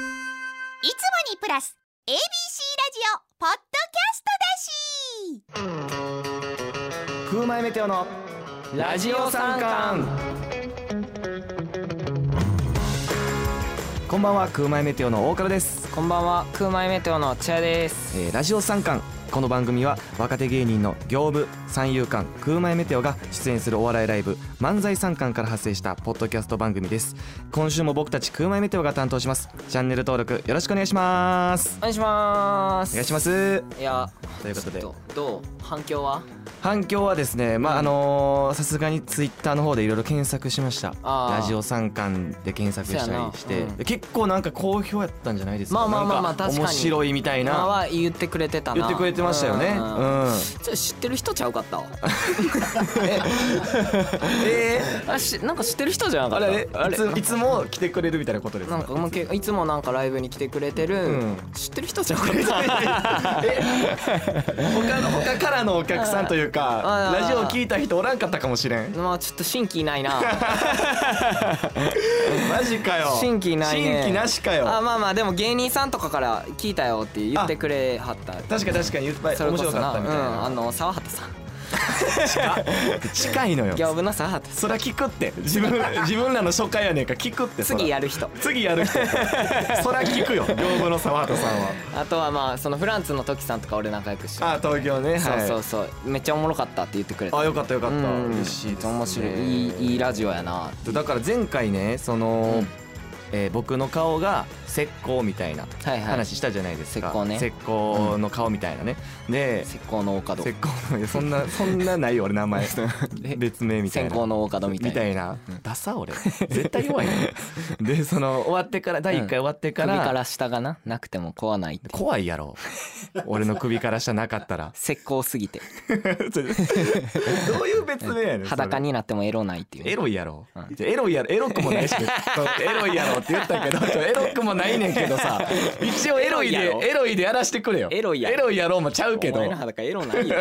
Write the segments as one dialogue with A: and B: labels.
A: いつもにプラス ABC ラジオポッドキャスト
B: 空前メテオのラジオ三冠こんばんは空前メテオの大倉です、
C: こんばんは、空前メテオの千谷です。
B: えーラジオ三冠この番組は若手芸人の行部三遊間空前メテオが出演するお笑いライブ漫才三冠から発生したポッドキャスト番組です今週も僕たち空前メテオが担当しますチャンネル登録よろしくお願いします
C: お願いします。。
B: お願いしますす
C: いや、
B: ということで
C: ちょっどう反響は？
B: 反響はですねまあ
C: うん
B: あのーさすがにツイッターの方でいろいろ検索しました
C: あー
B: ラジオ三冠で検索したりし
C: そう
B: て
C: やなうん
B: で結構なんか好評やったんじゃないですか
C: まあまあまあま
B: な
C: あ
B: んか
C: 確かに
B: 面白いみたい
C: まあ
B: な
C: は言ってくれてたな。
B: 言ってくれてましたよねう
C: うん
B: ん
C: ちょっと知ってる人ちゃうか ったわ。
B: え
C: あしなんか知ってる人じゃな
B: ー
C: か
B: あ
C: った。
B: れあれい
C: なん
B: ついつも来てくれるみたいなことですか
C: かもうけいつもなんかライブに来てくれてる、
B: うん
C: 知ってる人ちゃう かった。
B: 他の他からのお客さんという か
C: あー
B: ラジオ聞いた人おらんかったかもしれん
C: まあちょっと新規いない な。
B: マジかよ
C: 新規ないね
B: 新規なしか
C: あ
B: よ
C: まあまあでも芸人さんとかから聞いたよって言ってくれはった。
B: 確かに確かにいっぱい
C: それ
B: 面
C: こそ
B: 白か
C: な
B: ったみたい
C: うん、あ
B: な
C: の沢畑さん。
B: 近いのよ
C: 業務の沢畑さん。
B: そら聞くって自分自分らの初回やねんから聞くってそら
C: 次やる人。
B: 次やる 人そら聞くよ業務の沢畑さんは
C: あとはまあそのフランツの時さんとか俺仲良くしてる
B: あ東京ねはい
C: そうそうそうめっちゃおもろかったって言ってくれた
B: あよかったよかった
C: うん
B: 嬉しいですね
C: 面白いいいいいラジオやな
B: だから前回ねその、
C: うん
B: えー僕の顔が石膏みたいな
C: はいはい
B: 話したじゃないですか、
C: 石膏ね
B: 石膏の顔みたいなね、で
C: 石膏の大
B: 石
C: 門
B: 膏のいやそん なそんなないよ俺名前別名みたい
C: 線
B: な
C: 香の大門みたいな
B: ダサ俺絶対 弱いねでその終わってから第1回終わってから,、
C: 首から下がななくても壊ないって
B: 怖いや ろ俺の首から下なかったら
C: 石膏す ぎて
B: どういう別名やねんそれ
C: 裸になってもエロないってい
B: エ
C: う
B: ロいやろ、
C: うん
B: じゃエロいやろエロくも ないしそうエロいやろって言ったけどちょエロくもないねんけどさ一応エロいで
C: エロいやろ
B: エロいでやらしてくれよ
C: エロいやろ
B: エロいやろもちゃうけど
C: お前の裸エロな いよ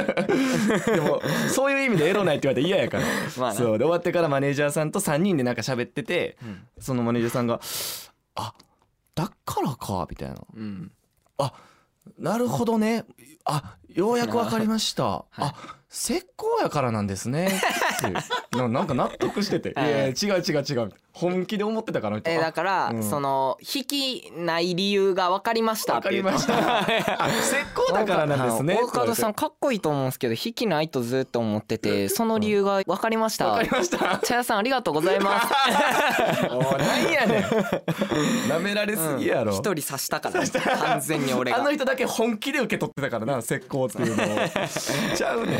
B: でもそういう意味でエロないって言われたら嫌やから
C: まあな
B: そうで終わってからマネージャーさんと3人でなんか喋ってて
C: うん
B: そのマネージャーさんが「あだからか」みたいな
C: うん
B: 「あなるほどねあようやくわかりました、あ石膏やからなんです ね」っていうななんか納得してて「い
C: はい
B: やいや違う違う違う」本気で思ってたからみたい
C: え
B: な
C: だから、
B: うん
C: その引きない理由が分かりました
B: わ
C: っ
B: か
C: てい
B: り
C: う
B: ましたあ 石膏だからなんですね
C: あの大門さん
B: って
C: かっこいいと思うんですけど引きないとずっと思っててその理由が分かりました、
B: 言われてわかりま した
C: 茶屋さんありがとうござい ます。
B: おいなんやねん 舐められすぎやろ、
C: 一人刺したからね完全に俺
B: あの
C: が。
B: 人だけ本気で受け取ってたからな石膏っていうの をちゃうね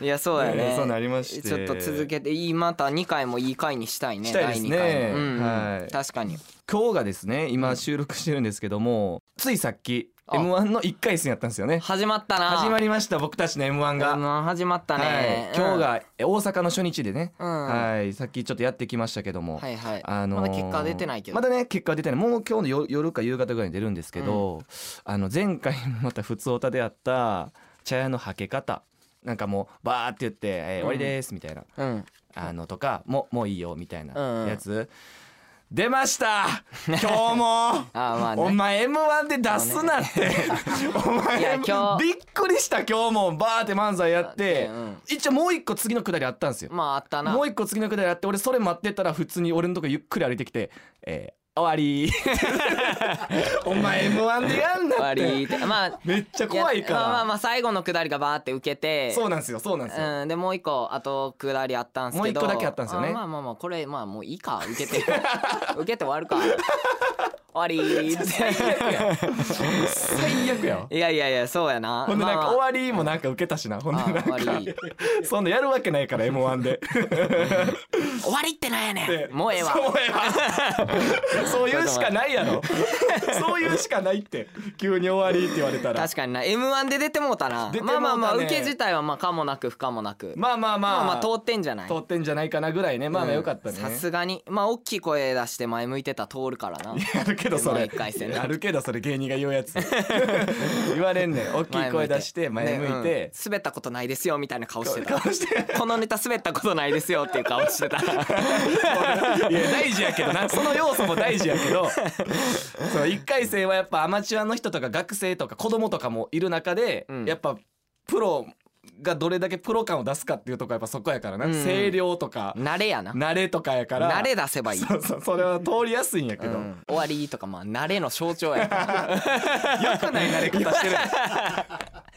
B: ん
C: いやそうや
B: ね
C: ね。
B: えそうなりまして
C: ちょっと続けていいまた二回もいい回にしたいね。
B: したいですね
C: 第二回もうんうん
B: はい
C: 確かに。
B: 今日がですね今収録してるんですけどもついさっき
C: あ
B: m 1の1回戦やったんですよね
C: 始まったな。
B: 始ま
C: り
B: りました僕たちの m 1が、
C: 始まった
B: はい
C: ね。、
B: 今日がえ大阪の初日でね、
C: うん
B: はい、さっきちょっとやってきましたけども、
C: はいはい。
B: あのー
C: まだ結果は出てないけど
B: まだね結果は出てないもう今日の夜夜か夕方ぐらいに出るんですけど、あの前回もまた普通オタであった茶屋のはけ方なんかもうバーって言って「えー終わりです」みたいな、
C: うん。
B: あのとかもうもういいよみたい
C: うん
B: な
C: うん
B: やつ、出ま した今日も
C: あーまあ
B: お
C: ね。
B: 前 m 1で出すなって、 お前
C: いや今日
B: びっくりした今日もバーって漫才やって、
C: うん
B: 一応もう一個次のくだりあったんですよ、
C: まああったな。
B: もう一個次のくだりあって俺それ待ってたら普通に俺のとこゆっくり歩いてきて「えー、終わ り」「お前 m 1でやん
C: 終
B: な」
C: わ
B: って
C: りってまあ。
B: めっちゃ 怖いから
C: やまあまあまあ最後のくだりがバーって受けて。
B: そうなんですよそうなんですよ、
C: うん、でもう一個あと下りあったんすけ
B: も
C: ど
B: う一個だけあったんすよね
C: あまあまあまあこれまあもういい か受けて受けて終わるか終わり
B: 最悪やわ
C: いやいやいやそうやな
B: ほんでなん
C: ま
B: か
C: あ
B: 終わりもなんか受けたしな、ほんで
C: あー
B: なん
C: 終わ
B: か そんなやるわけないから M1 で。
C: 終わりってなんやね
B: で
C: んもうええ わ
B: そうええ わそういうしかないやろ。 そういうしかないって急に終わりって言われたら。
C: 確かにな M1 で出てもうたな
B: 出てもう
C: ま
B: たね
C: あまあまあ受け自体はまあかもなく不可もなく、
B: まあまあ
C: ま
B: ま
C: あ
B: あ、
C: まあ通ってんじゃない
B: 通ってんじゃないかなぐらいね。まあまあよかったね。
C: さすがにまあ大きい声出して前向いてたら通るからな
B: やるけどそれ
C: M1 一回戦な
B: あるけどそれ芸人が言うや つ言われんねん大きい声出して前向い
C: ねうん
B: て
C: 滑ったことないですよみたいな顔してた
B: 顔して
C: このネタ滑ったことないですよっていう顔してた
B: いや大事やけどなその要素も大事やけどその1回生はやっぱアマチュアの人とか学生とか子供とかもいる中で、
C: うん
B: やっぱプロがどれだけプロ感を出すかっていうとこはやっぱそこやからな、
C: うん
B: 声量とか
C: 慣れやな
B: 慣れとかやから
C: 慣れ出せばいい
B: そうそうそれは通りやすいんやけ
C: う
B: ど、
C: ん終わりとかまあ慣れの象徴やか ら
B: よくない慣れ方して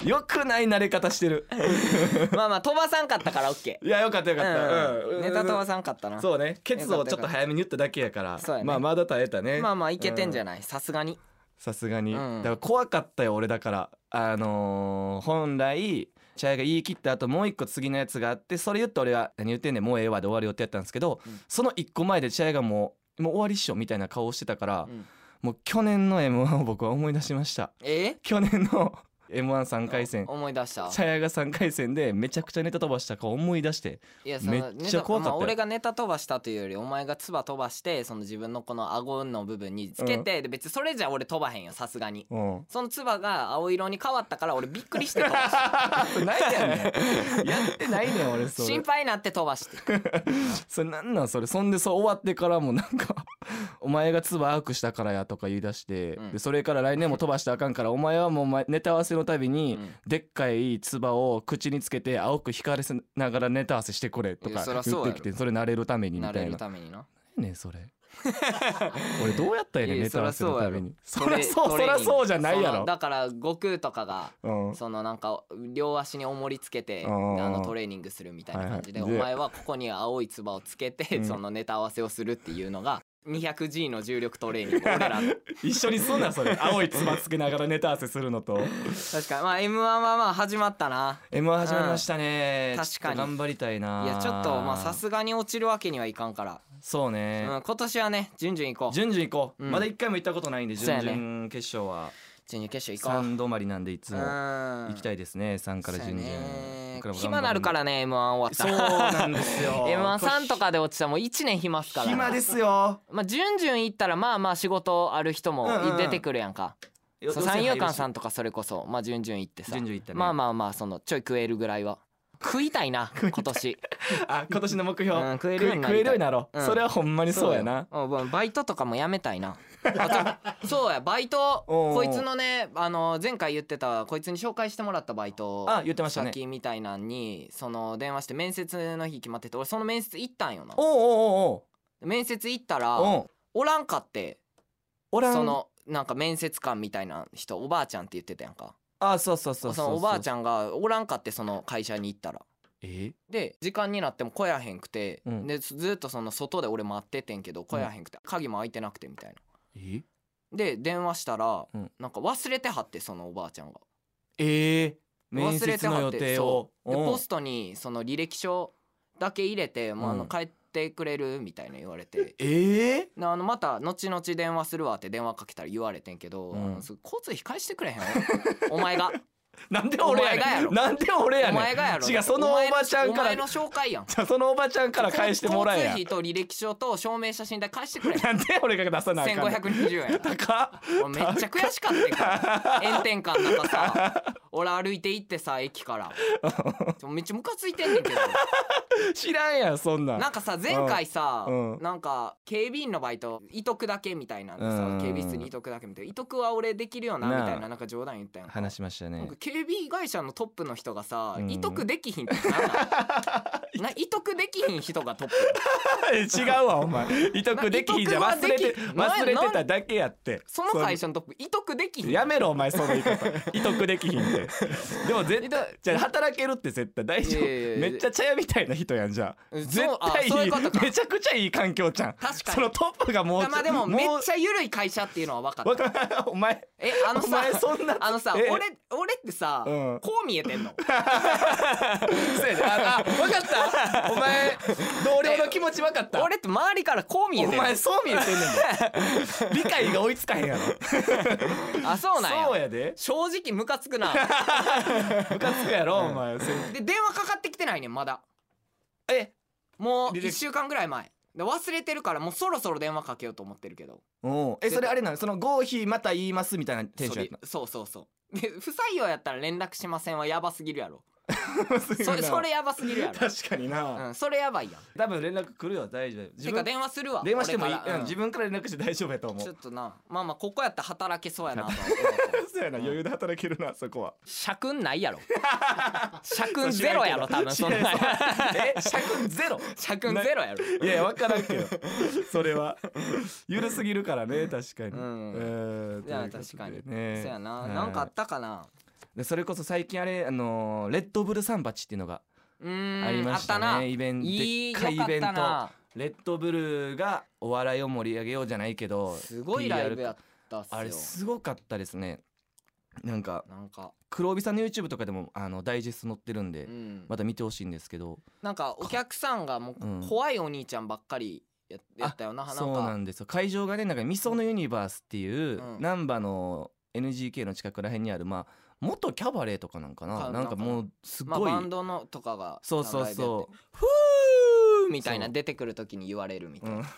B: るよくない慣れ方してる
C: まあまあ飛ばさんかったから OK
B: いやよかったよかった、 うん
C: うんネタ飛ばさんかったな
B: そうねケツをちょっと早めに言っただけやから
C: そうやね
B: まあまだ耐えたね
C: まあまあいけてんじゃ
B: ない
C: ないさすがに
B: さすがに、
C: うん
B: だから怖かったよ俺だからあのー本来茶屋が言い切った後もう一個次のやつがあってそれ言って俺は「何言ってんねんもうええわ」で終わる予定やったんですけど、
C: うん
B: その一個前で茶屋がもう「もう終わりっしょ」みたいな顔してたから、
C: うん
B: もう去年の m 1を僕は思い出しました
C: え
B: 去年の m 1 3回戦
C: 思い出した
B: 茶屋が3回戦でめちゃくちゃネタ飛ばしたか思い出して
C: いやその
B: めっちゃ怖かったよ
C: ネタまあ俺がネタ飛ばしたというよりお前が唾飛ばしてその自分のこの顎の部分につけて、で別にそれじゃ俺飛ばへんよさすがに
B: うん
C: その唾が青色に変わったから俺びっくりして飛ばし
B: ないやねんやってないねん俺 そ
C: た
B: れ
C: 心配になって飛 ばして
B: それなんなんそれそんでそう終わってからもなんか お前が唾悪くしたからやとか言い出して、
C: うん
B: でそれから来年も飛ばしたらあかんからお前はもう前ネタ合わせのたびに、
C: うん
B: でっかい唾を口につけて青く光らせながらネタ合わせしてくれと
C: いや
B: か
C: そら
B: 言
C: そ
B: っ
C: うやろ
B: てきてそれ慣れるためにみた
C: 慣れ
B: い
C: る
B: な
C: ためにな
B: ねえそ れ俺どうやったんやね
C: い
B: ん
C: や
B: ネタ合わせのためにそ
C: ト
B: ら
C: レ
B: そう
C: ト
B: そ
C: レー
B: ら
C: ニング
B: そうじゃないや
C: その
B: ろ
C: だから悟空とかが
B: うん
C: そのなんか両足に重りつけてあ
B: うん
C: のトレーニングするみたいな感じで、
B: はいはい
C: お
B: で
C: 前はここに青いつばをつけて、
B: うん
C: そのネタ合わせをするっていうのが 200G の重力トレー ニング俺らの
B: 一緒にすんなそれ青い唾つけながらネタ合わせするの と
C: 確かにまあ m 1はまあ始まったな
B: M1 始まりましたね、
C: うん確かに
B: ちょっと頑張りたいないい
C: やちょっとまあさすがに落ちるわけにはいかんから、
B: そう
C: う
B: ね、
C: ん、今年はね順々行こう
B: 順々行こう、
C: うん
B: まだ一回も行ったことないんで
C: そうや
B: 準
C: ね
B: 々決勝は
C: 準々決勝行こう
B: 3止まりなんでいつも
C: 行
B: 行きた
C: い
B: いですね3から順々
C: 暇なるからね m 1終
B: そう
C: わった
B: な
C: ら
B: んですよ
C: m 1さんとかで落ちたらもう1年暇っすから
B: 暇ですよ
C: まあ、順々行ったらまあまあ仕事ある人も
B: うんうんうん
C: 出てくるやんか、そう三遊館さんとかそれこそまあ順々行ってさ
B: 順々行ったね
C: まあまあまあそのちょい食えるぐらいは食いた いな今年
B: あ今年の目標、
C: うん食えるようになり
B: 食
C: たい
B: えるようになろう、
C: うん
B: それはほんまにそうやな
C: そうようんバイトとかもやめたいなあ そうそうやバイト
B: おうおう
C: こいつのねあの前回言ってたこいつに紹介してもらったバイト
B: あ言ってましたね
C: 先みたいなんにその電話して面接の日決まってて俺その面接行ったんよな
B: おおう
C: 面接行った
B: おうおう
C: ら
B: おう
C: おらんかって
B: おらん
C: そのなんか面接官みたいな人おばあちゃんって言ってたやんか
B: あそうそうそ
C: そう
B: そう
C: のおばあち
B: ん
C: ゃんがおらんかってその会社に行ったら
B: え
C: で時間になっても来やへんくて、
B: うん
C: でずずっとその外で俺待っててんけど来やへんくて、鍵も開いてなくてみたいな
B: え
C: で電話したら、
B: うん
C: なんか忘れてはってそのおばあちゃんが
B: えー、面接の予定を
C: で
B: うん
C: ポストにその履歴書だけ入れて、もうあ
B: う
C: の
B: ん
C: 帰ってくれるみたいな言われて。
B: ええ
C: であのまた後々電話するわって電話かけたら言われてんけど、
B: うん
C: あのそ交通費返してくれへんお前が
B: なんで俺や
C: お前が
B: ね
C: やろ
B: んなんで俺やね
C: お
B: ん
C: 前がやろ
B: 違うそのおばちゃんか
C: お前
B: ら
C: のお前の紹介やん
B: じゃあそのおばちゃんから返してもらえや
C: 交通費と履歴書と証明写真代返し てくれ
B: なんで俺が出さなあかんの
C: 1520円
B: 高っ
C: 俺めっちゃ悔しかったから炎天下の中さ俺歩いて行ってさ 駅からめっちゃムカついてんねんけど
B: 知らんやんそんなん
C: なんかさ前回さ、
B: うん
C: なんか警備員のバイト「いとくだけ」みたいなんでさ、
B: うん
C: 警備室にいとくだけみたいな「いとくは俺できるよな」み
B: なあ
C: たいななんか冗談言ったやんか
B: 話しました
C: なん
B: ね
C: か警備会社のトップの人がさ
B: う
C: 「
B: ん
C: いとくできひん」ってなん なんな「いとくできひん人がトップ」
B: 違うわお前委託できひんじゃん
C: な
B: 忘れて
C: 委託はでき
B: 忘れてただけやって
C: その会
B: 社
C: 社のトップ「いとくできひん」
B: やめろお前その言い方委託できひんってでも 絶対じゃあ働けるって絶対大丈夫
C: いやいやいや
B: めっちゃ茶屋みたいな人やんじゃあ
C: うん
B: 絶
C: そうあ
B: 対いい
C: そういうことか
B: めちゃくちゃいい環境じゃん
C: 確かに
B: そのトップがもう
C: まあでもめっ
B: もう
C: ちゃ緩い会社っていうのは分か
B: わ
C: っ
B: か
C: た
B: ん ないお前
C: えあの
B: お
C: さ
B: 前そんな
C: あのさ
B: え
C: 俺俺ってさ、
B: うん
C: こう見えてんの
B: そうやねああわかったお前同僚の気持ちわかった
C: 俺って周りからこう見え
B: お
C: てん
B: 前そう見えてんねんで理解が追いつかへんやろ
C: の あそうなんや
B: そうやで
C: 正直ムカ つくな
B: ムカつくやろお前
C: で電話かかってきてないねんまだ
B: え
C: もう
B: 履歴
C: 1週間ぐらい前で忘れてるからもうそろそろ電話かけようと思ってるけど
B: おうえそれあれなのその合否また言いますみたいなテンションやっ
C: それそうそうそうで不採用やったら連絡しませんはやばすぎ るやろ
B: たの
C: それそれやばすぎるや ろ、
B: 確かにな、
C: うん、それやばいやん
B: 多分連絡来るよ大丈夫自
C: てか
B: 分
C: 電話するわ
B: 電話してもいい、
C: 俺から
B: うん
C: うん
B: 自分から連絡して大丈夫やと思
C: ちょ
B: う
C: っとなまあまあここやったら働けそうやなとは思う
B: そうやな
C: うん
B: 余裕で働けるなそこは
C: 社訓ない やろ社訓ゼロやろ多分そんな
B: 知らん え社訓ゼロ
C: 社訓 ゼロやろ
B: いやいや分からんけど それ はゆるすぎるからね確かに、
C: うん
B: えー
C: いや
B: ということ
C: 確かに
B: でね
C: そうやな、
B: はい
C: なんかあったかな
B: でそれこそ最近あれあのーレッドブルサンバチっていうのが
C: うーん
B: ありましたね
C: あったな
B: イベントでっ
C: いいよ
B: か
C: か
B: いイ
C: っ
B: ベント
C: たな
B: レッドブルがお笑いを盛り上げようじゃないけど
C: すごいライブや
B: PR
C: ったっすよ
B: あれすごかったですねなんか
C: なんか、
B: 黒帯さんの YouTube とかでもあのダイジェスト載ってるんで、
C: うん
B: また見てほしいんですけど
C: なんかお客さんがも
B: うん
C: う怖いお兄ちゃんばっかりや
B: あ
C: やったよななんか
B: そうなんですよ会場がねなんかミソのユニバースっていう
C: うん
B: 難波、の NGK の近くらへんにあるまあ元キャバレーとかなんかな
C: か
B: なん
C: なん
B: か
C: か
B: もうす
C: まあ、
B: ごい、
C: バンドのとかが
B: そうそう
C: ライブやって
B: そう
C: ふーみたいな
B: そう
C: 出てくる時に言われるみた
B: う
C: い
B: ん
C: な、感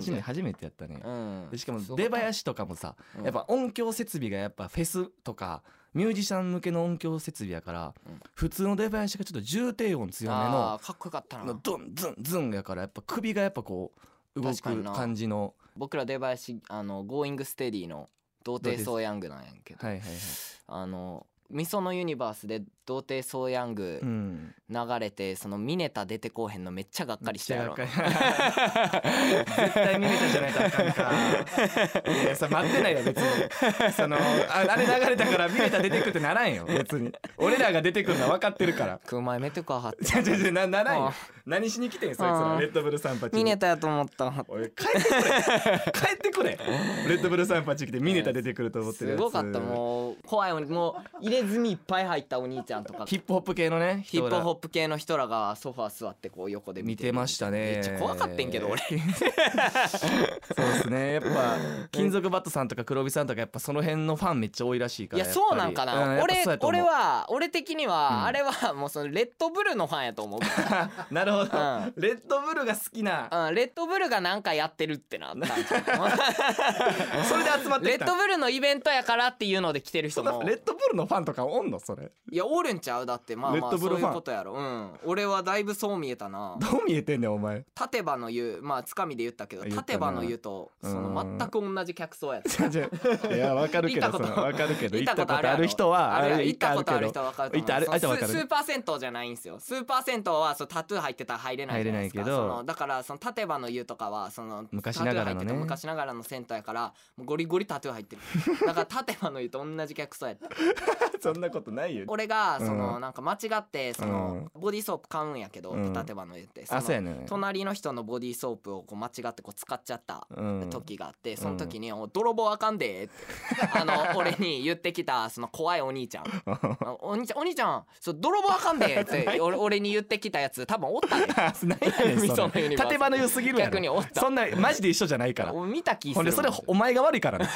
B: 初
C: じ
B: め
C: で
B: 初めてやったね、
C: うん
B: でしかも
C: すごか
B: 出
C: った
B: 囃子とかもさ、
C: うん
B: やっぱ音響設備がやっぱフェスとかミュージシャン向けの音響設備やから、
C: うん
B: 普通の出囃子がちょっと重低音強めの
C: あーかっこよかった
B: の
C: な
B: ドンズンズンやからやっぱ首がやっぱこう動
C: 確かに
B: く
C: な
B: 感じの
C: 僕ら出囃子あの「ゴーイングステディの「童貞ソーヤング」なんやけど、
B: はいはいはい、
C: あのミソのユニバースで「童貞ソーヤング
B: う」ん、
C: 流れて、そのミネタ出てこうへんのめっちゃがっかりしたやろ
B: めっちゃがっか り絶対見れたじゃないとあかんかいやさ待ってないよ別にそのああれ流れたから見れた出てくるってならんよ別に俺らが出てくるのは分かってるから
C: 「前めてこはっ て
B: じゃじゃじゃなならん
C: あ
B: よ
C: あ
B: 何しに来てんそいつら
C: ああ
B: レッドブルサンパ」チ
C: ミネタやと思った
B: おい帰ってくれ帰ってく れレッドブルサンパチ来てミネタ出てくると思ってる
C: す
B: やつ
C: ごかったもう怖いおにもう入れ墨いっぱい入ったお兄ちゃんとか
B: ヒップホップ系のね
C: ヒップホ
B: ッ
C: ップ系の人らがソファー座ってこう横で
B: 見て
C: る
B: ましたね
C: めっちゃ怖かってんけ ど俺
B: そうですねやっぱ金属バットさんとか黒帯さんとかやっぱその辺のファンめっちゃ多いらしいか
C: い
B: ら
C: やそうなんかな、
B: やっぱり
C: 俺
B: うんやっぱそうや
C: 俺
B: と思う
C: は俺的に
B: うん
C: は、あれはもうそのレッドブルのファンやと 思うか
B: なるほど、
C: うん
B: レッドブルが好きな
C: ら、うん、レッドブルがなんかやってるってなったんちゃ
B: それで集まっ
C: うレ
B: てき
C: ッ
B: た
C: ドブルのイベントやからっていうので来てる
B: そ
C: 人
B: んな
C: も
B: レッドブルのファンとかおんのそれ
C: いやおるんちゃうだってまあ
B: レッ
C: ま
B: ド
C: あ
B: ブ
C: そ
B: ル
C: う
B: ファン
C: いうことやろうん俺はだいぶそう見えたな
B: どう見えてんねんお前
C: 立場の湯まあつかみで言ったけど
B: 言ったな
C: 立場の湯とその全く同じ客層 やった
B: じゃじゃいやわかるけど
C: 行った
B: そ
C: こと
B: のわかるけど行ったことあ
C: やろ
B: る人は
C: あれや
B: れ
C: 行ったことある人は分かると思う
B: 行ったある
C: その
B: あと分かる
C: ススーパー銭湯じゃないんですよスーパー銭湯はそうタトゥー入ってたら入れないじゃないですか
B: 入れないけど
C: そのだからその立場の湯とかはその
B: 昔ながらのね
C: タトゥー入ってた昔ながらの銭湯やからもうゴリゴリタトゥー入ってる だから立場の湯と同じ客層やった
B: そんなことないよ
C: 俺がその、
B: うん
C: なんか間違ってその、ボディーソープ買うんやけど、
B: うん
C: 立場の湯ってそ
B: あ
C: の
B: そうやね
C: 隣の人のボディーソープをこう間違ってこう使っちゃった
B: うん
C: 時があってその時に「お泥棒あかんで」ってあの 俺に言ってきたその怖いお兄ちゃん「あお兄ちゃんお兄ちゃんそう泥棒あか んで」って俺俺に言ってきたやつ多分おったで
B: 何やねん
C: 味噌のユニバース
B: 縦場の良すぎるやろ
C: 逆におった
B: そんなマジで一緒じゃないから
C: お見た気する
B: ほんでそれお前が悪い からね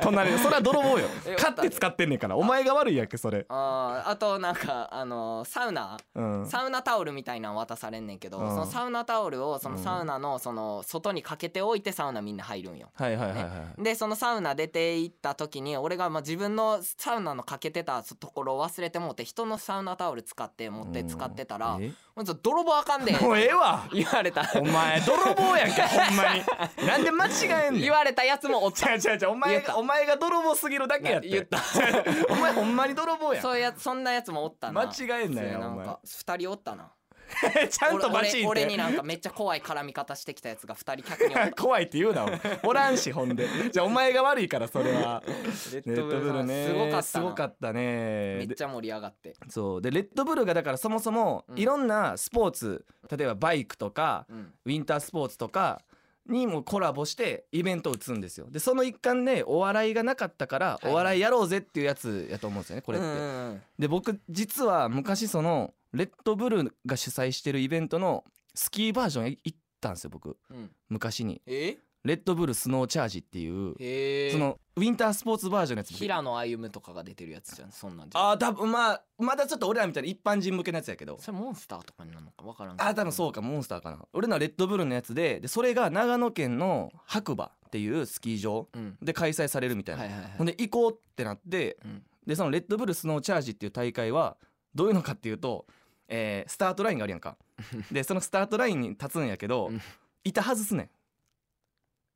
B: 隣のそれは泥棒よ
C: え
B: 買って使ってんねんからお前が悪いやんけそれ
C: あーあとなんかあのサウナ
B: うん
C: サウナタオルみたいなの渡されんねんけど
B: うん
C: そのサウナタオルをその
B: うん
C: サウナのその外にかけておいてサウナみんな入るんよ。
B: はいはいはいはい
C: でそのサウナ出て行った時に俺がまあ自分のサウナのかけてたところを忘れてもうて人のサウナタオル使って持って使ってたら
B: うんえ
C: 「ほんと泥棒あか んで」
B: もうええわ
C: 言われた
B: お前泥棒 やんけほんまになんで間違えんねん
C: 言われたやつもおっ
B: ちゃうちゃうちゃうお前
C: 言った
B: がお前が泥棒すぎるだけやって
C: 言った
B: お前ほんまに泥棒やん
C: そういうやつそんなやつもおったな
B: 間違えんなよ
C: そうや
B: お前
C: んか2人おったな
B: ちゃんとバチンって
C: 俺俺俺になんかめっちゃ怖い絡み方してきたやつが2 人客におった
B: 怖いって言うなお前おらんしほんでじゃあお前が悪いからそれは
C: レ
B: レッドブルね
C: すごかったな
B: すごかったね
C: めっちゃ盛り上がって
B: そうでレッドブルがだからそもそも
C: うん
B: いろんなスポーツ、例えばバイクとか
C: うん
B: ウィンタースポーツとかにもコラボしてイベントを打つんですよでその一環でお笑いがなかったから
C: いはい
B: お笑いやろうぜっていうやつやと思うんですよねこれって。
C: うんうんうん
B: で僕実は昔そのレッドブルが主催してるイベントのスキーバージョン行ったんですよ僕
C: うん
B: 昔に。
C: え
B: レッドブルスノーチャージっていう
C: へえ
B: そのウィンタースポーツバージョンのやつ
C: 平野歩夢とかが出てるやつじゃんそんなんじゃん
B: ああ多分まあまだちょっと俺らみたいな一般人向けのやつやけど
C: それモンスターとかになるのかわからんけど
B: あー多分そうかモンスターかな俺のはレッドブルのやつででそれが長野県の白馬っていうスキー場
C: うん
B: で開催されるみた
C: はいい
B: な、
C: はいはい
B: ほんで行こうってなって
C: うん
B: でそのレッドブルスノーチャージっていう大会はどういうのかっていうと、えースタートラインがあるやん かでそのスタートラインに立つんやけど
C: うん
B: 板外すねん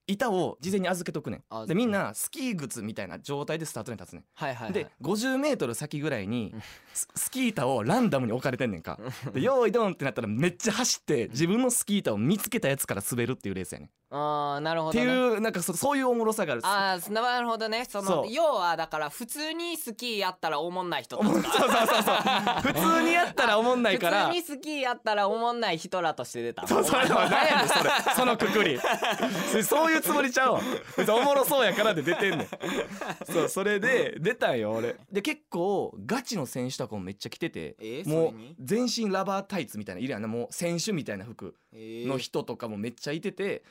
B: 板を事前に預けとくね
C: あ
B: んでみんなスキー靴みたいな状態でスタートラインに立つねん
C: はいはいはい
B: で50メートル先ぐらいに
C: うん
B: ススキー板をランダムに置かれてんねんかで用意ドンってなったらめっちゃ走って自分のスキー板を見つけたやつから滑るっていうレースやねんっ
C: ああなるほど
B: て
C: ね
B: いうなんかそそういうおもろさがある
C: ああなるほどねそ
B: そ
C: の
B: う
C: 要はだから普通にスキーやったらおもんない人とか
B: そうそうそうそう普通にやったらおもんないか
C: 普
B: ら
C: 通にスキーやったらおもんない人らとして出た
B: そうそれは何やねんそれそのくくりそそういうつもりちゃうわ別におもろそうやからで出てんねんそうそれで出たんよ俺で結構ガチの選手とかもめっちゃ着てて
C: えー
B: も
C: それに
B: う全身ラバータイツみたいないるやんなもう選手みたいな服の
C: の
B: 人とかもめっちゃいてて、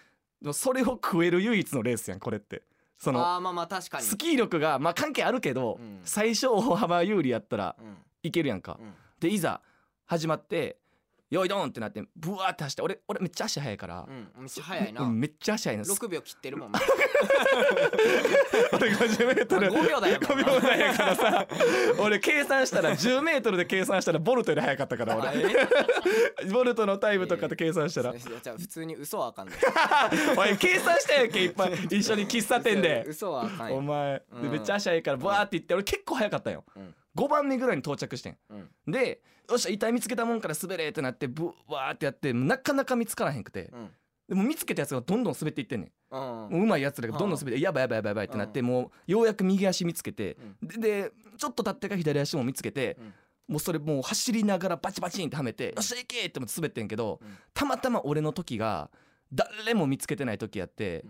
B: それを食える唯一のレースやんこれってその
C: あーまあまあ確かに
B: スキー力がまあ関係あるけど、
C: うん
B: 最初大幅有利やったら
C: うん
B: いけるやんか、
C: うん
B: でいざ始まって「よいどん!」ってなってブワーって走って俺俺めっちゃ足速いから、
C: うんめっちゃ早いな
B: うんめっちゃ足速いの
C: 6秒切ってる もん
B: 俺 50m
C: 5秒 だよ
B: 5秒台やからさ俺計算したら 10m で計算したらボルトより速かったから
C: あ
B: 俺
C: え
B: ボルトのタイムとかで計算したら
C: いやじゃあ普通に嘘はあかんね
B: おい計算したやんけいっぱい一緒に喫茶店で
C: 嘘はあかん
B: お
C: よ
B: 前、
C: うん
B: でめっちゃ足早いからバーって行って俺結構早かったんよ、
C: うん
B: 5番目ぐらいに到着してん
C: うん
B: でよっしゃ遺体見つけたもんから滑れってなってブワーってやってなかなか見つからへんくて、
C: うん
B: でも見つけたやつがどんどん滑っていってんね
C: うん
B: んもううまいやつらがどんどん滑って、やばいやばいやばいやばいってなって、もうようやく右足見つけて、ででちょっと立ってから左足も見つけて、
C: うん
B: もうそれもう走りながらバチバチンってはめて、よっしゃ行けって思って滑ってんけど、
C: うん
B: たまたま俺の時が誰も見つけてない時やって、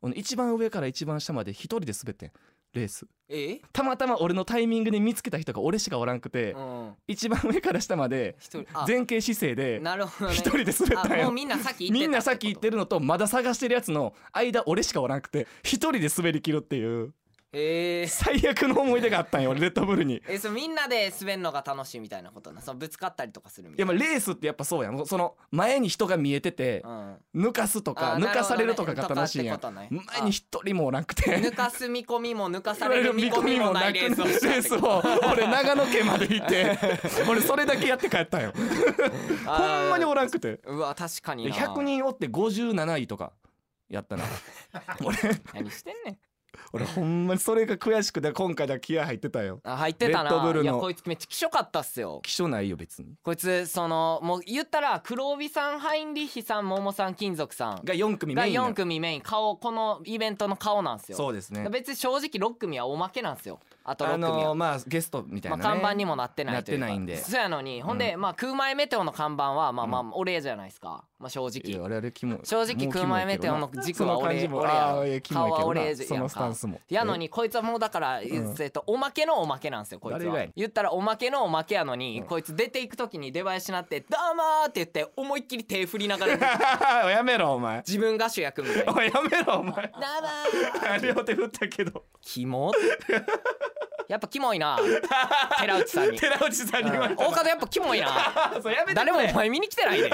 B: 俺の一番上から一番下まで一人で滑ってんレース
C: え
B: たまたま俺のタイミングで見つけた人が俺しかおらんくて、
C: うん
B: 一番上から下まで
C: 一人あ
B: 前傾姿勢で
C: なるほどね
B: 一人で滑った
C: あ
B: ん
C: もう
B: よ
C: みんなさっき言ってた
B: みんなさっき言って
C: る
B: るのとまだ探してるやつの間俺しかおらんくて一人で滑り切るっていう
C: えー
B: 最悪の思い出があったんよ俺レッドブルに。
C: えそうみんなで滑るのが楽しいみたいなことなそのぶつかったりとかするみ
B: い
C: た
B: やま
C: いな
B: あレースってやっぱそうやんその前に人が見えてて
C: うん
B: 抜かすとか
C: あー
B: 抜かされるとかが楽しいやん
C: なるほどねとかってことね
B: 前に一人もおらんくて
C: 抜かす見込みも抜かされる見込みもないレースをした
B: レ
C: っ
B: ー
C: て
B: ス
C: こ
B: を
C: と
B: 俺長野県まで行って 俺それだけやって帰ったんよ
C: あー
B: ほんまにおらんくて
C: うわ確かにな
B: 100人おって57位とかや ったな俺
C: 何してんねん
B: 俺ほんまにそれが悔しくて今回だけ気合入ってたよ
C: あ入ってたな
B: レッドブルの
C: いやこいつめっちゃきしょかったっすよ
B: 気性ないよ別に
C: こいつそのもう言ったら黒帯さんハインリッヒさんモモさん金属さん
B: が4組
C: が
B: メインなの
C: 4組メイン顔このイベントの顔なんですよ
B: そうですね
C: 別に正直6組はおまけなんですよあと6
B: あ
C: 組は、
B: のーまあゲストみたい
C: ま
B: な
C: あ、
B: ね
C: 看板にもなってないというか
B: なってないんで
C: そうやのにほんで、まあ空前メテオの看板はまあまあお礼じゃないですか、まあ正
B: いや
C: 直
B: 我々キモい
C: 正
B: も
C: 直
B: うキモいけど
C: ク
B: な
C: ーマイメテオの軸は
B: その感じも
C: 俺俺や
B: あーいやキモいけどな
C: 顔は俺やんか
B: そのスタンスも
C: やのにこいつはもうだから、
B: ん
C: えっとおまけのおまけなんですよこいつ
B: 誰が
C: は
B: やねん
C: 言ったらおまけのおまけやのに、こいつ出ていく時に出囃子なって「どうも!」って言って思いっきり手振りなが ら
B: やめろお前
C: 自分が主役みた いな
B: おいやめろお前
C: 「どうもー
B: 両手振ったけど
C: キモ やっぱキモいな寺 内さんに
B: 寺内さんに言われた
C: 大方やっぱキモいな
B: あ そうやめて
C: 誰もお前見に来てないで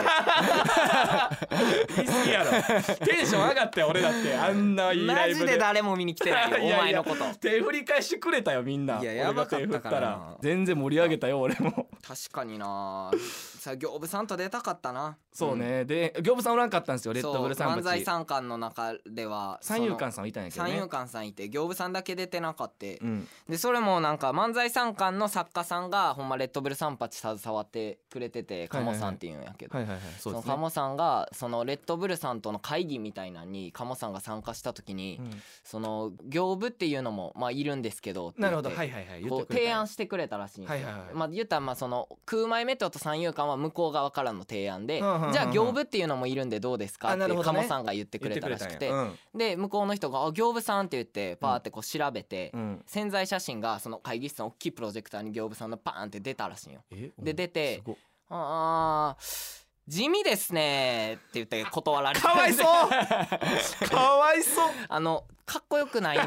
B: 言い過ぎやろテンション上がったよ俺だってあんないいラ
C: マ
B: イブ
C: ジ
B: で
C: で誰も見に来 てないよお前のこと
B: いやいや手振り返してくれたよみんないい
C: ややばかったからな
B: 全然盛り上げたよ俺 も
C: 確かになさあ行部さんと出たかったな
B: そうね、で行部さんおらんかったんですよレッドブルさん
C: そう漫才
B: ん
C: 三冠の中では
B: 三遊
C: その
B: 間さんはいたんやけどね
C: 三遊館さんいて行部さんだけ出てなかっ
B: う
C: た、
B: ん
C: でそれもなんか漫才三冠の作家さんがほんまレッドブル三八携わってくれてて
B: はいはい
C: 鴨
B: はい
C: さんっていうんやけど、
B: はいはいはいそ
C: そうの
B: ですね
C: 鴨さんがそのレッドブルさんとの会議みたいなのに鴨さんが参加した時に、
B: うん
C: その行部っていうのもまあいるんですけどって言
B: な
C: って
B: るほどはいはいはい言っ
C: こ
B: て
C: う
B: くれた
C: 提案してくれたらしいんですよ、
B: はいはいはい
C: まあ言ったらまあその空前メテオと三遊間は向こう側からの提案で、
B: はあはあはあ
C: じゃあ行部っていうのもいるんでどうですか
B: あ
C: って
B: なるほどね
C: 鴨さんが言ってくれたらしくて
B: 言って
C: で向こうの人があ「行部さん」って言ってパーってこう調べて、
B: くれたんやうんうん
C: 潜在写真がその会議室の大きいプロジェクターに行部さんのパーンって出たらしいんよ。
B: え
C: で出て
B: すごっ
C: あー地味ですねって言って断られて
B: かわいそうかわいそう
C: あのかっこよくないん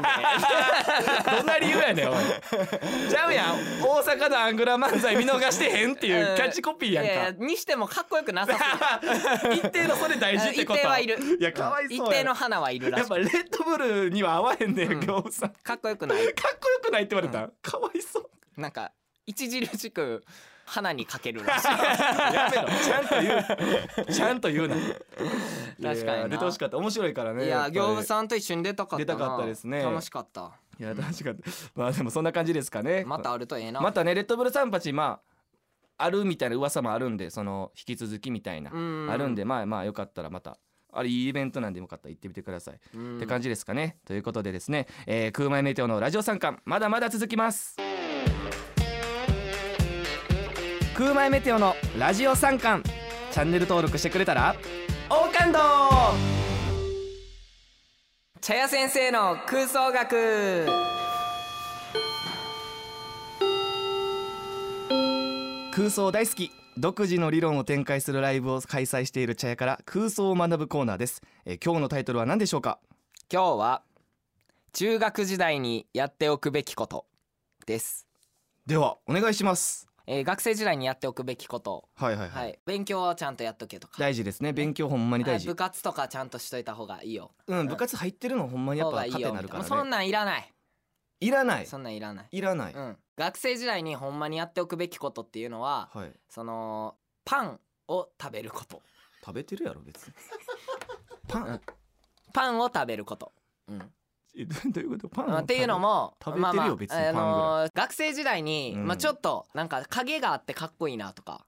C: で
B: どんな理由やねんおいちゃうやん大阪のアングラ漫才見逃してへんっていうキャッチコピーやん
C: いやいや
B: か
C: にしてもかっこよくなさそ
B: 一定のそれ 大事ってこと
C: 一定 はいる
B: いやかわいうそう
C: 一
B: や
C: 定の花はいるら
B: や
C: し
B: っ
C: い
B: ぱレッドブルには合わへんね
C: う
B: ん
C: ん
B: 餃子さんか
C: かっこよくない
B: っこよくないって言われたかわい そう
C: なんか著しく花にかけるらし い
B: やめろちゃんと言 うちゃんと言うな
C: 確かにない
B: や出てほしかった面白いからね
C: い
B: っ
C: や
B: ぱり
C: 行部さんと一緒に出たかったな
B: 出たかったですね
C: 楽しかった
B: いや楽しかったまあでもそんな感じですかね
C: またあるとええな
B: またねレッドブル三八まああるみたいな噂もあるんでその引き続きみたいな
C: うん
B: あるんでまあまあよかったらまたあれいいイベントなんでよかったら行ってみてください、
C: うん
B: って感じですかねということでですね、えー、空前メテオのラジオ参観まだまだ続きます空前メテオのラジオ参観チャンネル登録してくれたらオーカンド
C: 茶屋先生の空想学
B: 空想大好き独自の理論を展開するライブを開催している茶屋から空想を学ぶコーナーです、えー、今日のタイトルは何でしょうか
C: 今日は中学時代にやっておくべきことです、
B: ではお願いします
C: えー、学生時代にやっておくべきこと
B: はいはいはい、
C: はい勉強はちゃんとやっとけとか
B: 大事ですね勉強ほんまに
C: は
B: 大
C: い
B: 事、
C: 部活とかちゃんとしといた方がいいよ
B: うん部活入ってるのほんまにやっ
C: 方
B: ぱ
C: がいい
B: 糧
C: よ
B: になるから
C: もうそん
B: ね
C: なんいらない
B: いらない
C: そんなんいらない
B: いらない、
C: うん学生時代にほんまにやっておくべきことっていうのは
B: はい
C: そのパンを食べること
B: 食べてるやろ 別にパン
C: パンを食べること、うん
B: えどどういうことパンを
C: まあ、っていうのも
B: 食べてるよ別にパンぐらい
C: あのー学生時代に、
B: うん
C: まあ、ちょっとなんか影があってかっこいいなとか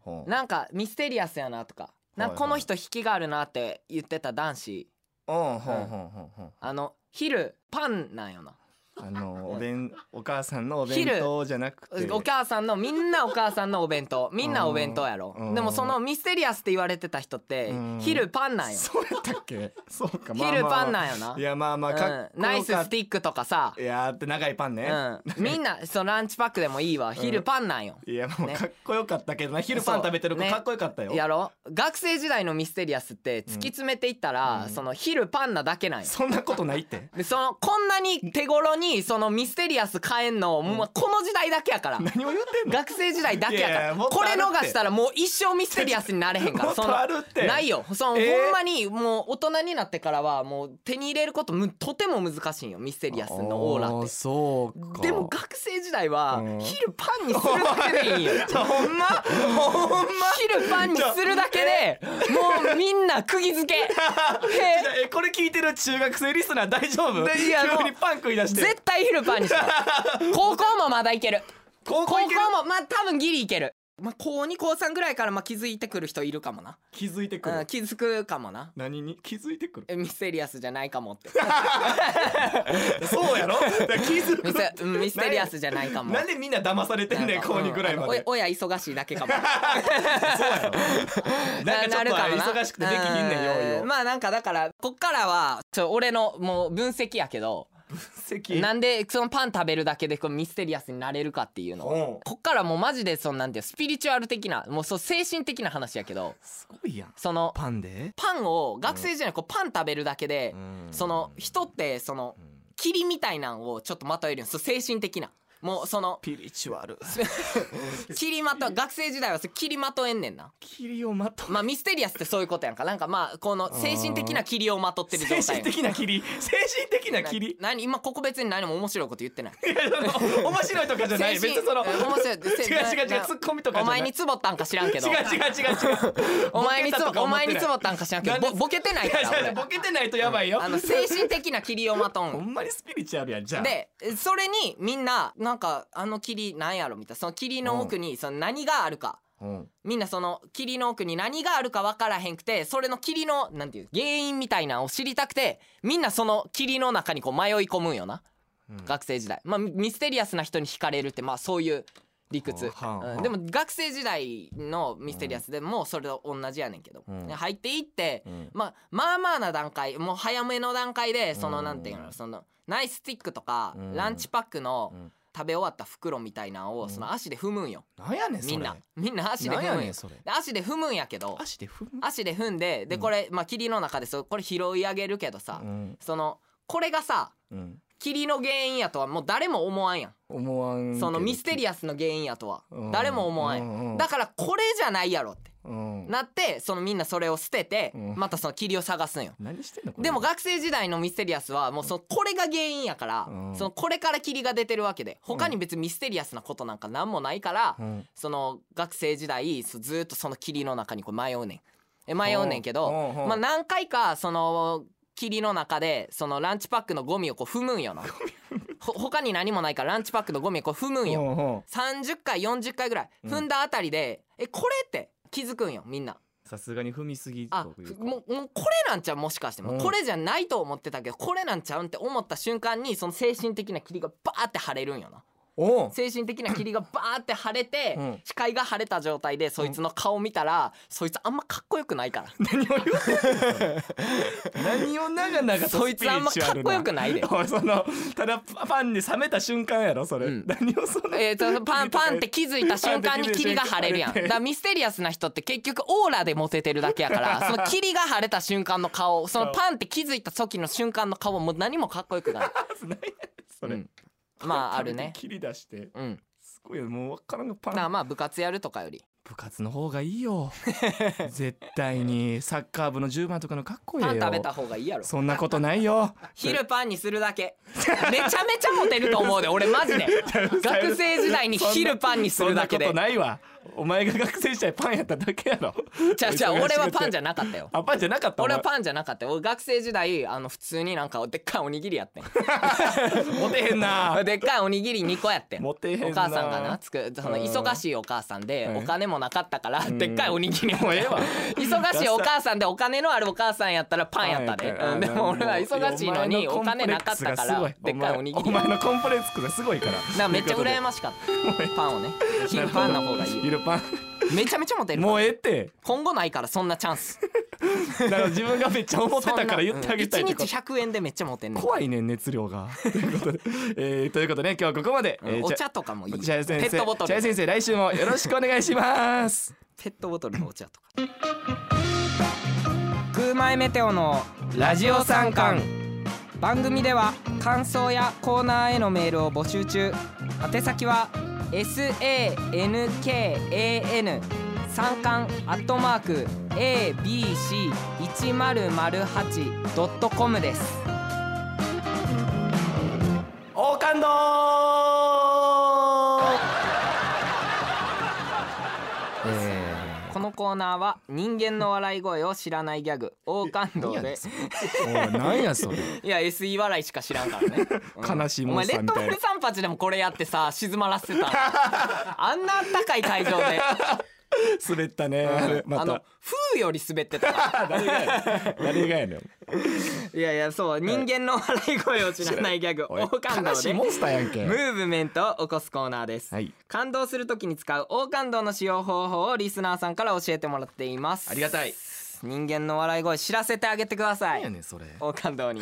B: ほう
C: なんかミステリアスやなとかなん
B: はい
C: か
B: はい
C: この人引きがあるなって言ってた男子
B: うんほうほうほうほう
C: あの昼パンなんよな
B: あのお 弁お母さんのお弁当じゃなくて
C: お母さんのみんなお母さんのお弁当みんなお弁当やろ
B: うん
C: でもそのミステリアスって言われてた人って
B: うん
C: 昼パンなんよ
B: そうやったっ けそうかまあまあ
C: 昼パン
B: ま
C: なんよな
B: あいやまあまあかっこよかっ
C: うんナイススティックとかさ
B: いやーって長いパンね、
C: うんみん なそのランチパックでもいいわ昼パンなんよ
B: いやまあまあ
C: ね
B: かっこよかったけどな、昼パン食べてる子
C: そうね
B: かっこよかったよ、
C: やろ学生時代のミステリアスって突き詰めていったら、
B: うん
C: その昼パンなだけなんよ
B: そんなことないって
C: でそのこんなに手頃にそのミステリアス買えんの、もうこの時代だけやから
B: 何を言ってんの
C: 学生時代だけやか
B: いやい
C: ら
B: やもっと
C: こ
B: ある
C: れ
B: って
C: 逃したらもう一生ミステリアスになれへん か
B: も
C: ら
B: っと
C: その
B: あるって
C: ないよその、
B: えー
C: ほんまにもう大人になってからはもう手に入れることむとても難しいんよミステリアスのオーラ
B: あ
C: っ
B: ー
C: て。
B: そうか
C: でも学生時代は
B: うん
C: 昼パンにするだけ でいいんよ
B: ほんまほんま
C: 昼パンにするだけでもうみんな釘付 けへ
B: じゃあ えこれ聞いてる中学生リスナー大丈夫
C: でいやもう
B: 急にパン食い出して
C: 絶対昼パンにした 高校もまだいける
B: 高
C: 高校
B: 校行ける
C: もまあ多分ギリいけるまあ高2高3ぐらいからまあ気づいてくる人いるかもな、
B: 気づいてく
C: うん、
B: る
C: 気づくかもな
B: 何に気づいてくる
C: えミステリアスじゃないかもって
B: そうやろだから気づ く
C: ミ スうんミステリアスじゃないかも
B: なんでみんな騙されてんねん
C: なんか
B: 高2ぐらいま
C: うんあ
B: で
C: のお親忙しいだけ かも
B: そうやろなんかちょっとあれ忙しくてできひんねん用意
C: う
B: を
C: まあなんかだからこっからはちょ俺のもう分析やけど
B: 席
C: なんでそのパン食べるだけでこうミステリアスになれるかっていうのを
B: うん
C: こっからもうマジでそのなんていうスピリチュアル的なもうそう精神的な話やけど
B: すごいやん
C: その
B: パンで
C: パンを学生時代にこうパン食べるだけで、その人ってその霧みたいなんをちょっとまとえるんです精神的なもう その
B: ピリチュアル
C: 霧まと学生時代はそれ霧まとえんねんな
B: 霧をまと
C: まあミステリアスってそういうことやんかなんかまあこの精神的な霧をまとってる状態
B: 精神的な霧精神的な霧
C: な何今ここ別に何も面白いこと言 ってない
B: いやその面白いとかじゃない別
C: 精神
B: にその
C: え面白
B: 違う違う
C: い
B: 違
C: な
B: うツッコミとかじゃ
C: お
B: ない
C: 前にツボったんか知らんけど
B: 違う違う違う違う
C: お前に
B: ボケた
C: ツ
B: とか
C: ボお
B: 思っ
C: 前
B: て
C: に
B: ない
C: ツボったんか知らんけど
B: なんで
C: ぼボケてないか
B: い
C: ら
B: やいや
C: 俺
B: ボケてないとやばいよ
C: あの精神的な霧をまと
B: ほ
C: ん
B: んまにスピリチュアルやんじゃあ
C: でそれにみんななんかあの霧なんやろみたいなその霧の奥にその何があるか
B: うん
C: みんなその霧の奥に何があるか分からへんくてそれの霧のなんていう原因みたいなのを知りたくてみんなその霧の中にこう迷い込むんよな、
B: うん
C: 学生時代、まあ、ミミステリアスな人に惹かれるってまあそういう理屈、
B: はあはあ
C: うんでも学生時代のミステリアスでもそれと同じやねんけど、
B: うん
C: で入っていって、
B: うん
C: まあ、まあまあな段階もう早めの段階でその
B: うん
C: なんていうのそのナイススティックとか、
B: うん
C: ランチパックの
B: うん
C: 食べ終わった袋みたいなの
B: う
C: を
B: ん
C: その足で踏むんよ
B: なんやねんそれ
C: みんなみんな足で
B: なん
C: 踏
B: や
C: むん
B: ね
C: よ
B: んそれ
C: で足で踏むんやけど
B: 足で踏む
C: 足で踏んでで
B: うん
C: これまあ霧の中でそうこれ拾い上げるけどさ
B: うん
C: そのこれがさ
B: うん
C: 霧の原因やとはもう誰も思わんや
B: 思わん
C: んそのミステ
B: リ
C: リアスの原因やとは
B: うん
C: 誰も思わんやん
B: ん
C: だからこれじゃないやろって
B: うん
C: なってそのみんなそれを捨てて
B: うん
C: またその霧を探すんよ
B: 何してんのこれ
C: でも学生時代のミステリアスはもうそのこれが原因やから
B: うん
C: そのこれから霧が出てるわけで他に別にミステリアスなことなんか何もないから
B: うん
C: その学生時代そうずーっとその霧の中にこう迷うねんえ迷うねんけど
B: うんうん
C: まあ何回かその霧の中でそのランチパックのゴミをこう踏むんよなほ他に何もないからランチパックのゴミをこう踏むんよ
B: うんうん
C: 30回40回ぐらい
B: うん
C: 踏んだあたりで、えこれって気づくんよみんな
D: さすがに踏みすぎ
C: あ
D: というか
C: もうもうこれなんちゃうもしかしても
B: う
C: うんこれじゃないと思ってたけどこれなんちゃうんって思った瞬間にその精神的な霧がバーって晴れるんよな
B: おう
C: 精神的な霧がバーって晴れて、
B: うん
C: 視界が晴れた状態でそいつの顔見たら、そいつあんまかっこよくない から
B: 何を言うてんの何を長々と
C: そいつあんまかっこよくないで
B: おいそのただパパンに冷めた瞬間やろそれ、
C: うん
B: 何をその
C: えー、とパンパンって気づいた瞬間に霧が晴れるやんだからミステリアスな人って結局オーラでモテてるだけやからその霧が晴れた瞬間の顔そのパンって気づいた時の瞬間の顔もう何もかっこよくない、
B: 何やねんそれ、
C: うん、まああるね
B: 切り出して
C: うん
B: すごいもうわからんがパ
C: だから
B: ン
C: まあ部活やるとかより
B: 部活の方がいい よ絶対にサッカー部の10番とかのかっこいいよ
C: パン食べた方がいいやろ
B: そんなことないよ
C: 昼パンにするだけめちゃめちゃモテると思うで俺マジで学生時代に昼パンにするだけで
B: そんなことないわお前が学生時代パンやっただけやろ
C: じゃあじゃあ俺はパンじゃなかった よ
B: あパンじゃなかった
C: 俺はパンじゃなかったよ俺学生時代あの普通になんかでっかいおにぎりやってん
B: ンモテへん な
C: でっかいおにぎり2個やってん
B: モテへんな
C: お母さんがなつくその
B: うん
C: 忙しいお母さんで
B: うん
C: お金もなかったから
B: ん
C: でっかいおにぎり も
B: ええわ
C: 忙しいお母さんでお金のあるお母さんやったらパンやったで、
B: パンやったよ
C: うんでも俺は忙しいのにお金なかったからでっかいおにぎり
B: お前のコンプレックスがすごいから
C: なめっちゃ羨ましかったパンをね昼パンの方がいいよ
B: 昼パ
C: めちゃめちゃモテ
B: ン
C: る
B: もうええって
C: 今後ないからそんなチャンス
B: だから自分がめっちゃ思ってたから言ってあげたい
C: 1
B: ってこ
C: 日
B: と
C: 100円でめっちゃモテんねん
B: 怖いねん熱量が ということで、えーということでね今日はここまで、えー
C: お
B: じゃ
C: 茶とかもいい
B: 茶屋先
C: ペ
B: 生
C: ットボト
B: 茶
C: ル
B: 屋
C: ペ
B: 先生来週もよろしくお願いします
C: ットボトルのお茶とか空前メテオのラジオ三冠番組では感想やコーナーへのメールを募集中宛先は sankan 三冠アットマーク abc1008.com です
B: オーカンドえ
C: このコーナーは人間の笑い声を知らないギャグ王感
B: ー、
C: 動
B: 何やね
C: で
B: んそれおい何やそれ
C: いや SE 笑いしか知らんか らね、うん
B: 悲しい
C: お
B: モン
C: 前
B: ス
C: レ
B: ター
C: ッ
B: み
C: ドブ
B: たいな
C: ル三八でもこれやってさ静まらせ てたあんなあったかい会場で、
B: 滑ったねあれま
C: あの
B: た
C: 風より滑っ てた
B: 誰がやねん
C: いやいやそう人間の笑い声を知らないギャグ
B: おい
C: 王感動
B: 悲しい
C: で
B: モンスターやんけ
C: ムーブメントを起こすコーナーです、
B: はい
C: 感動するときに使う王感動の使用方法をリスナーさんから教えてもらっています
B: ありがたい
C: 人間の笑い声知らせてあげてくださ
B: 何
C: い
B: やねんそれ
C: 王 感動に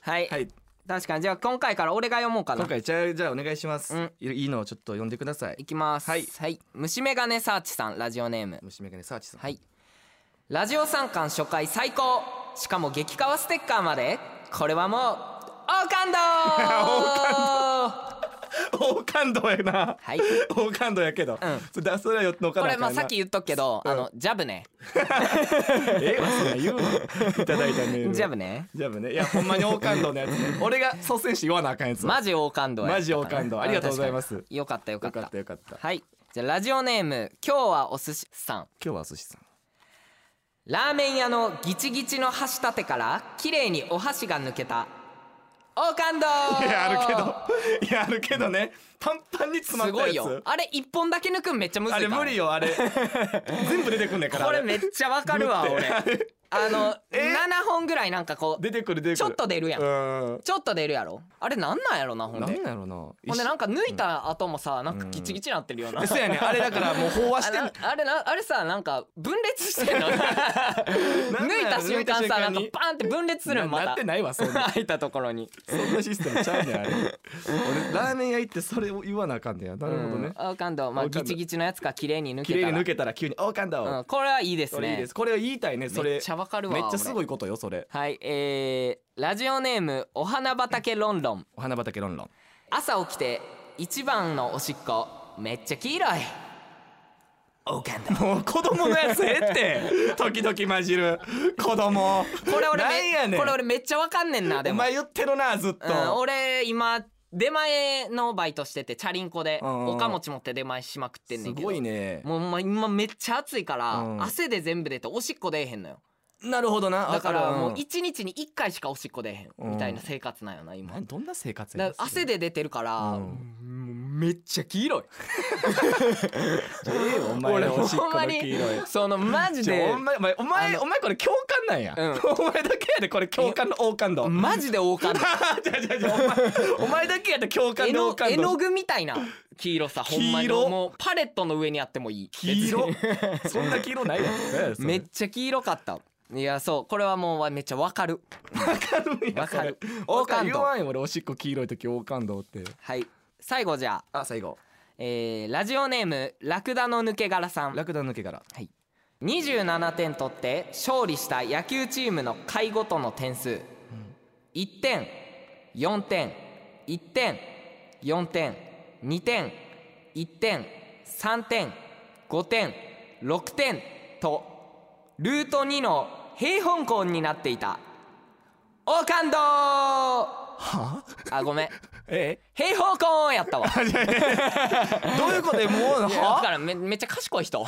C: はい、
B: はい
C: 確かにじゃあ今回から俺が読もうかな
D: 今回じゃあじゃあお願いします、
C: うん
D: いいいのをちょっと読んでください
C: いきます
D: はい
C: 虫眼鏡サーチさんラジオネーム
D: 虫眼鏡サーチさん、
C: はいラジオ三冠初回最高しかも激カワステッカーまでこれはもう王 感動
B: 好感度やな
C: はい
B: 好感度やけど、
C: ん
B: それだそれはのかな
C: これ
B: あ
C: ま
B: か
C: あ
B: ん
C: さ
B: な
C: っき言っとくけど、あのジャブね
B: ええわそんなん 言うのいただいたメール
C: ジャブね
B: ジャブねいやほんまに好感度のやつね 俺が率先して言わなあかんやつ
C: マジ王感動やったかな
B: マジ王感動ありがとうございます
C: ん確かによかったよか
B: よ
C: った
B: かったよかった
C: はいじゃあラジオネーム今日はお寿司さん
D: 今日は寿司さん
C: ラーメン屋のギチギチの箸立てから綺麗にお箸が抜けた王感動
B: いやあるけど いやあるけどねパンパンに詰ますった
C: ご
B: やつ
C: いよあれ一本だけ抜くんめっちゃむず
B: あ
C: いから
B: れ無理よあれ全部出てくんねんから
C: これ
B: あ
C: めっちゃわかるわ
B: グッ
C: 俺あの7本ぐらいなんかこう
E: 出てくる出て
C: ちょ
E: く
C: っ
E: る
C: と出るやん
E: うん
C: ちょっと出るやろあれなんなんやろなほん
B: な
C: で
B: んやろな
C: ほんでなん
B: か
C: か抜いた後もさなんかギチギチなってるような、
E: そうやねあれだからもう飽和し
C: あ
E: て
C: なあれなあれさなんか分裂して んの抜いた 瞬間さなんかバーンって分裂するんま
B: な
C: た
B: ってないわそんな
C: 開いたところに
B: そんなシステムちゃうねんあれ俺ラーメン屋行ってそれを言わなあかんねやなるほどね
C: うん、あかんどまあ
B: わかん
C: ギ
B: ど
C: チギチのやつか綺麗に抜
B: 綺
C: けた
B: 麗
C: ら
B: に抜けたら急に「おかんだ
C: う
B: わ
C: ん、これはいいです
B: それいい
C: ね
B: ですこれを言いたいねそれ
C: めっちゃわかるわ
B: めっちゃすご
C: い
B: いことよそれ
C: はいえー、ラジオネームお花畑ロンロン
B: お花畑ロンロン
C: 朝起きて一番のおしっこめっちゃ黄色いオーカンだ
B: もう 子供のやつええ って時々混じる子供
C: これ俺
B: なんやね
C: め
B: ん
C: これ俺めっちゃわかんねんなで
B: お
C: も
B: 前言ってるなずっ
C: うん、
B: と
C: 俺今出前のバイトしててチャリンコで
B: うんうんうん
C: おかもち持って出前しまくってんね
B: す
C: んけど
B: ごいね
C: もうほんま今めっちゃ暑いから、
B: うん
C: 汗で全部出ておしっこ出えへんのよ
B: なるほどな
C: だからもう
B: い
C: 一日に1回しかおしっこ出えへんみたいな生活なんよな今、
B: どんな生活や
C: だ
B: ね
C: か
B: ん
C: ら汗で出てるから、
B: うん
C: もうめっちゃ黄色 い
B: それええよお前
C: 俺
B: のおしっこ
C: ほんま
B: の
C: に
B: 黄色い
C: そのマジ
B: ちょ
C: で
B: お前お前お前お前これ共感なんや、
C: うん
B: お前だけやでこれ共感の王感度
C: マジで多かった
B: じゃあじゃあじゃあお前お前だけやで共感
C: 絵
B: の
C: の
B: 王感
C: 絵の
B: 度
C: 具みたいな黄色さほんま
B: 黄
C: に
B: 色
C: もうパレットの上にあってもいい
B: 黄 色そんな黄色ないわ
C: めっちゃ黄色かったいやそうこれはもうわめっちゃわかる
B: ちゃわかるんや
C: わかる
B: それ
C: 王冠度
B: 言わんよ俺おしっこ黄色い時王冠度って
C: はい最後じゃあ
B: あ最後
C: えーラジオネームラクダの抜け殻さん
B: ラクダ抜けから
C: 27点取って勝利した野球チームの回ごとの点数1点4点1点4点2点1点3点5点6点とルート2の平方根になっていたオーカンドー
B: は
C: あごめん
B: え
C: 平方根や ったわ
B: えどういうことでもう
C: いやだか
B: は
C: らめめっちゃ賢い人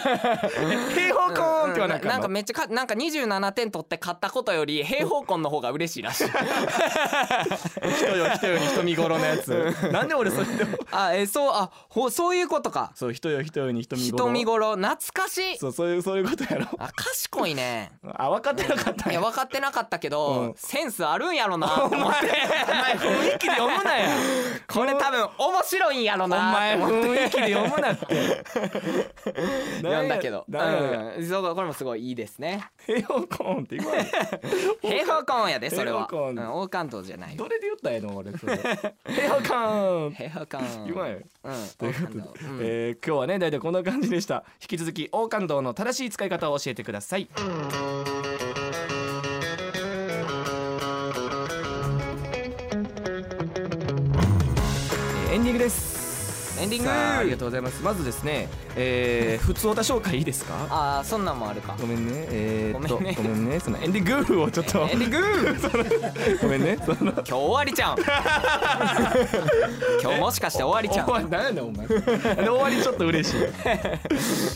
B: 平方根って言わな
C: な
B: あかんの
C: んかめっちゃかなんか27点取って勝ったことより平方根の方が嬉しい らしい
B: 人よ人よに人見頃のやつなんで俺それでも
C: あえそうあほそういうことか
B: そう人よ人よに人見頃
C: 人見頃懐かしい
B: そうそういうそういうことやろ
C: あ賢いね
B: あ分かってなかったん
C: い
B: や
C: や分かってなかったけど、
B: うん
C: センスあるんやろ なと思って
B: 雰囲気で読むなや
C: これ多分面白いんやろ
B: お
C: な
B: 前
C: と思って
B: 雰囲気で読むな って
C: 読んだけど、う
B: なん やなんや
C: ん、そうこれもすごいいいです ね
B: 平方根って言わない
C: 平方根やでそれは
B: 平方根
C: うん、王冠東じゃない
B: どれで言ったんやの俺 それ平方根
C: 平方根
B: 言わんよ
C: うん
B: とい
C: 王
B: うこと
C: 冠
B: で
C: 東、うん
B: えー今日はね大体こんな感じでした引き続き王冠道の正しい使い方を教えてくださいえーエンディングです
C: エンディング
B: さあありがとうございますまずですね、えー、普通おた紹介いいですか
C: ああそんなんもあるか
B: ごめんねえー、っと
C: ご
B: ご
C: めん
B: め
C: ね
B: んねそのエンディングをちょっと
C: エンディング
B: ごめんねその
C: 今日終わりち ゃうん今日もしかして終わりちゃ
B: 終わ
C: う
B: りなんやねんお前 で終わりちょっと嬉しい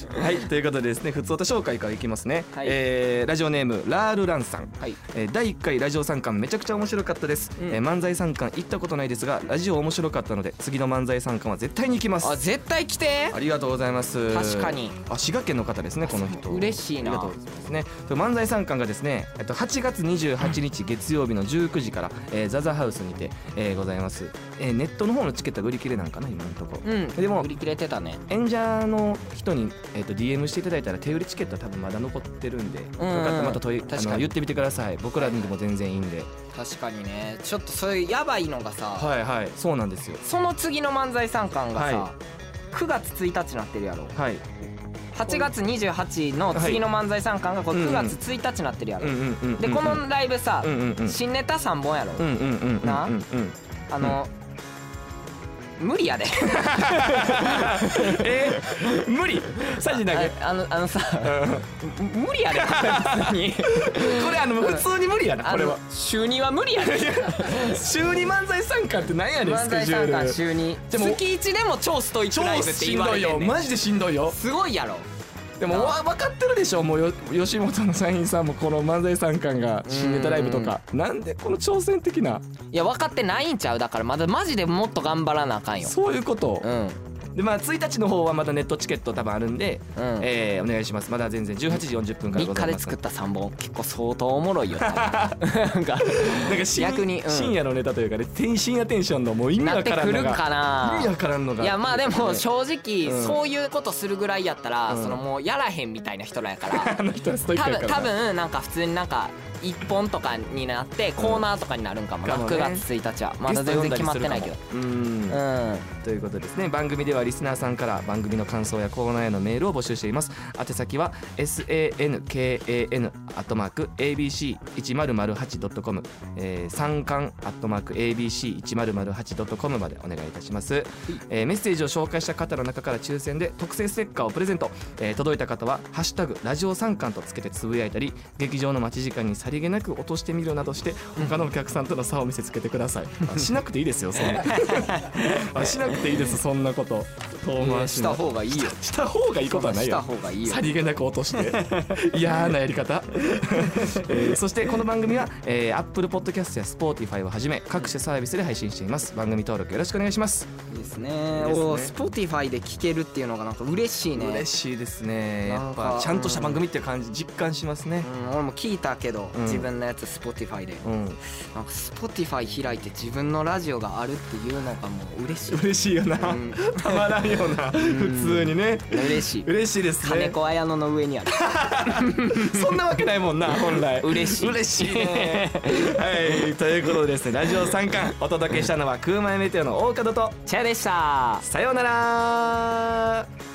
B: はいということでですね普通歌紹介からいきますね、
C: はい
B: えーラジオネームラールランさん、
C: はい
B: えー第1回ラジオ参観めちゃくちゃ面白かったです、
C: うん
B: えー漫才参観行ったことないですがラジオ面白かったので次の漫才参観は絶対に行きます
C: あ絶対来て
B: ありがとうございます
C: 確かに
B: あ滋賀県の方ですねこの人
C: 嬉しいな
B: ありがとうございますねと漫才参観がですねえっと8月28日月曜日の19時から、えーザザハウスにて、えーございます、えーネットの方のチケットは売り切れなんかな今のところ、
C: うん
B: でも
C: 売り切れてたね
B: 演者の人に、えー、と DM していただいたら手売りチケットは多分まだ残ってるんで、
C: うんうん
B: よかったらまた問い
C: 確かに
B: あの言ってみてください僕らにでも全然いいんで
C: 確かにねちょっとそういうやばいのがさ、
B: はいはいそうなんですよ
C: その次の漫才三冠がさ、
B: はい
C: 9月1日になってるやろ
B: はい
C: 8月28の次の漫才三冠がこう
B: はい
C: 9月1日になってるやろ、
B: うんうんうんうん
C: でこのライブさ、
B: うんうんうん
C: 新ネタ3本やろ、
B: うんうんうんうん
C: な
B: うんうん
C: あの、無理やで
B: えー、無理 サジだけ
C: ああのあのさ無理やで
B: これあの普通に無理やな
C: あ
B: これ
C: の
B: は
C: 週2は無理やで
B: 週に漫才参加ってなんやねん
C: 漫
B: スケ
C: 才
B: ジュ
C: 参加
B: ール
C: 週に
B: でも
C: 月1でも超ストイックライ
B: 超
C: ブって
B: し
C: 言
B: ん
C: わ
B: ど
C: れ
B: い
C: て
B: よ
C: んねん
B: マジでしんどいよ
C: すごいやろ
B: でも
C: な
B: わ分かってるでしょもうよ吉本の社員さんもこの漫才参観が新ネタライブとかなんでこの挑戦的ない
C: や分かってないんちゃうだからまだマジでもっと頑張らなあかんよ
B: そういうこと
C: うん
B: でまあ1日の方はまたネットチケット多分あるんで、
C: うん
B: えーお願いしますまだ全然18時40分からご
C: 3
B: ざ
C: 日
B: い
C: で
B: ます
C: 作った3本結構相当おも ろいよなんか
B: なんか深
C: 逆にうん
B: 深夜のネタというかね天深夜テンションのもう意味
C: な
B: わ
C: って
B: から
C: く
B: ん
C: る
B: のが
C: かな
B: 意味わからんのが
C: いやまあでも正
B: う
C: 直
B: ん
C: そういうことするぐらいやったらそのもうやらへんみたいな人らやから
B: あの人はストイッ
C: 多
B: クやか
C: 分
B: ら
C: 多分なんか普通になんか一本とかになってコーナーとかになるんかもな
B: かも
C: 9
B: ね
C: 月1日はまだ全然決まってないけど
B: うん
C: うん
B: ということですね番組ではリスナーさんから番組の感想やコーナーへのメールを募集しています宛先は sankan アットマーク abc1008.com えー三冠アットマーク abc1008.com までお願いいたします、えーメッセージを紹介した方の中から抽選で特製ステッカーをプレゼント、えー届いた方は「ハッシュタグラジオ三冠」とつけてつぶやいたり劇場の待ち時間にさりげなく落としてみるなどして他のお客さんとの差を見せつけてくださいあしなくていいですよそんなあしなくていいですそんなこと遠回し
C: した
B: の
C: 方がいいよ
B: した方がいいことはない
C: した
B: よ
C: 方がいいよ
B: さりげなく落として 嫌なやり方、えーそしてこの番組は、えー、Apple Podcast や Spotify をはじめ各種サービスで配信しています番組登録よろしくお願いします
C: いいですね
B: いいですね
C: おスポティファイで聴けるっていうのがなんか嬉しいね
B: 嬉しいですねやっ
C: なん
B: ぱ
C: か
B: ちゃんとした番組っていう感じ実感しますね
C: うん、俺も聞いたけど、
B: うん
C: 自分のやつ Spotify で
B: うん
C: なんか Spotify 開いて自分のラジオがあるっていうのがもう嬉しい、
B: 嬉しいよな
C: うん
B: たまらんよな普通にね
C: 嬉しい
B: 嬉しいです
C: 金
B: ね
C: 子綾乃の上にある
B: そんなわけないもんな本来
C: 嬉しい
B: 嬉しい ねはいということでですねラジオ三冠お届けしたのは空前メテオの大門と
C: チェアでした
B: さようなら